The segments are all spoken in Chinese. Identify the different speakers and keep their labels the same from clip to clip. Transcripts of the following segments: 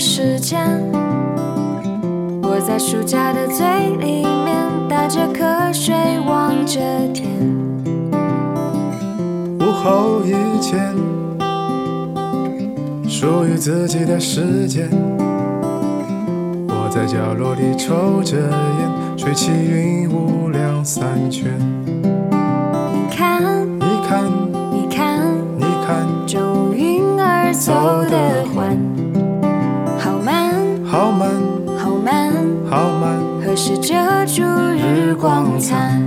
Speaker 1: 时间，我在暑假的最里面，打着瞌睡，望着天。
Speaker 2: 午后遇见属于自己的时间，我在角落里抽着烟，吹起云雾两三圈。
Speaker 1: 你看，
Speaker 2: 你看，
Speaker 1: 你看，
Speaker 2: 你看，
Speaker 1: 这乌云儿走得缓，好慢，
Speaker 2: 好慢，
Speaker 1: 好慢，
Speaker 2: 好慢。
Speaker 1: 何时遮住日光残？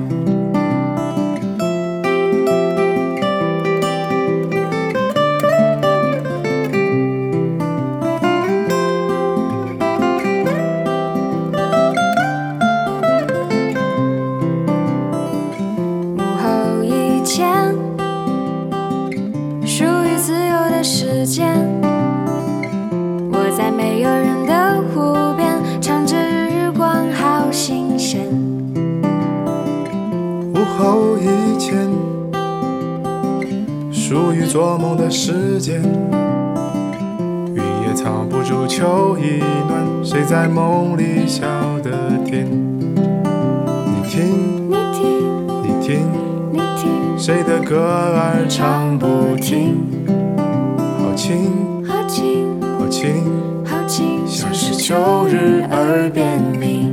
Speaker 1: 幕后一千，属于自由的时间。我在没有人的湖边，唱着日光好新鲜。
Speaker 2: 午后以前，属于做梦的时间。云也藏不住秋意暖，谁在梦里笑得甜？你听，
Speaker 1: 你听，
Speaker 2: 你听，
Speaker 1: 你听，
Speaker 2: 谁的歌儿唱不停？好轻，
Speaker 1: 好轻，
Speaker 2: 好轻，
Speaker 1: 好轻，
Speaker 2: 像是秋日耳边鸣。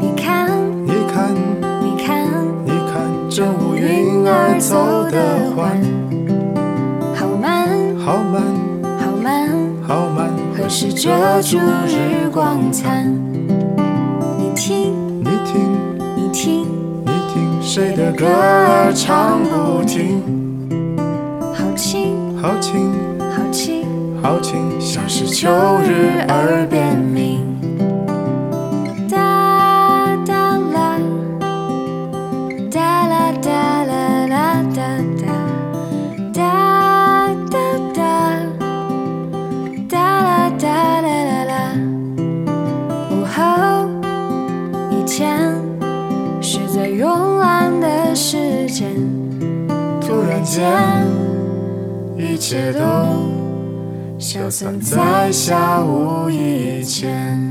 Speaker 1: 你看，
Speaker 2: 你看，
Speaker 1: 你看，
Speaker 2: 你看，这乌云儿走得缓，
Speaker 1: 好慢，
Speaker 2: 好慢，
Speaker 1: 好慢，
Speaker 2: 好慢，
Speaker 1: 何时遮住日光残？你听，
Speaker 2: 你听。
Speaker 1: 你听，
Speaker 2: 你听谁的歌儿唱不停，
Speaker 1: 好轻，
Speaker 2: 好轻
Speaker 1: 好轻，
Speaker 2: 好轻，像是秋日
Speaker 1: 日
Speaker 2: 耳
Speaker 1: 耳
Speaker 2: 边
Speaker 1: 边
Speaker 2: 鸣。
Speaker 1: 鸣。哒哒啦，哒啦哒啦啦哒哒，哒哒哒，哒啦哒啦啦啦。午后以前是最慵懒的时间，
Speaker 2: 突然间，一切都
Speaker 1: 消
Speaker 2: 消散
Speaker 1: 散
Speaker 2: 在
Speaker 1: 在
Speaker 2: 下
Speaker 1: 下
Speaker 2: 午
Speaker 1: 午
Speaker 2: 以
Speaker 1: 以
Speaker 2: 前
Speaker 1: 前。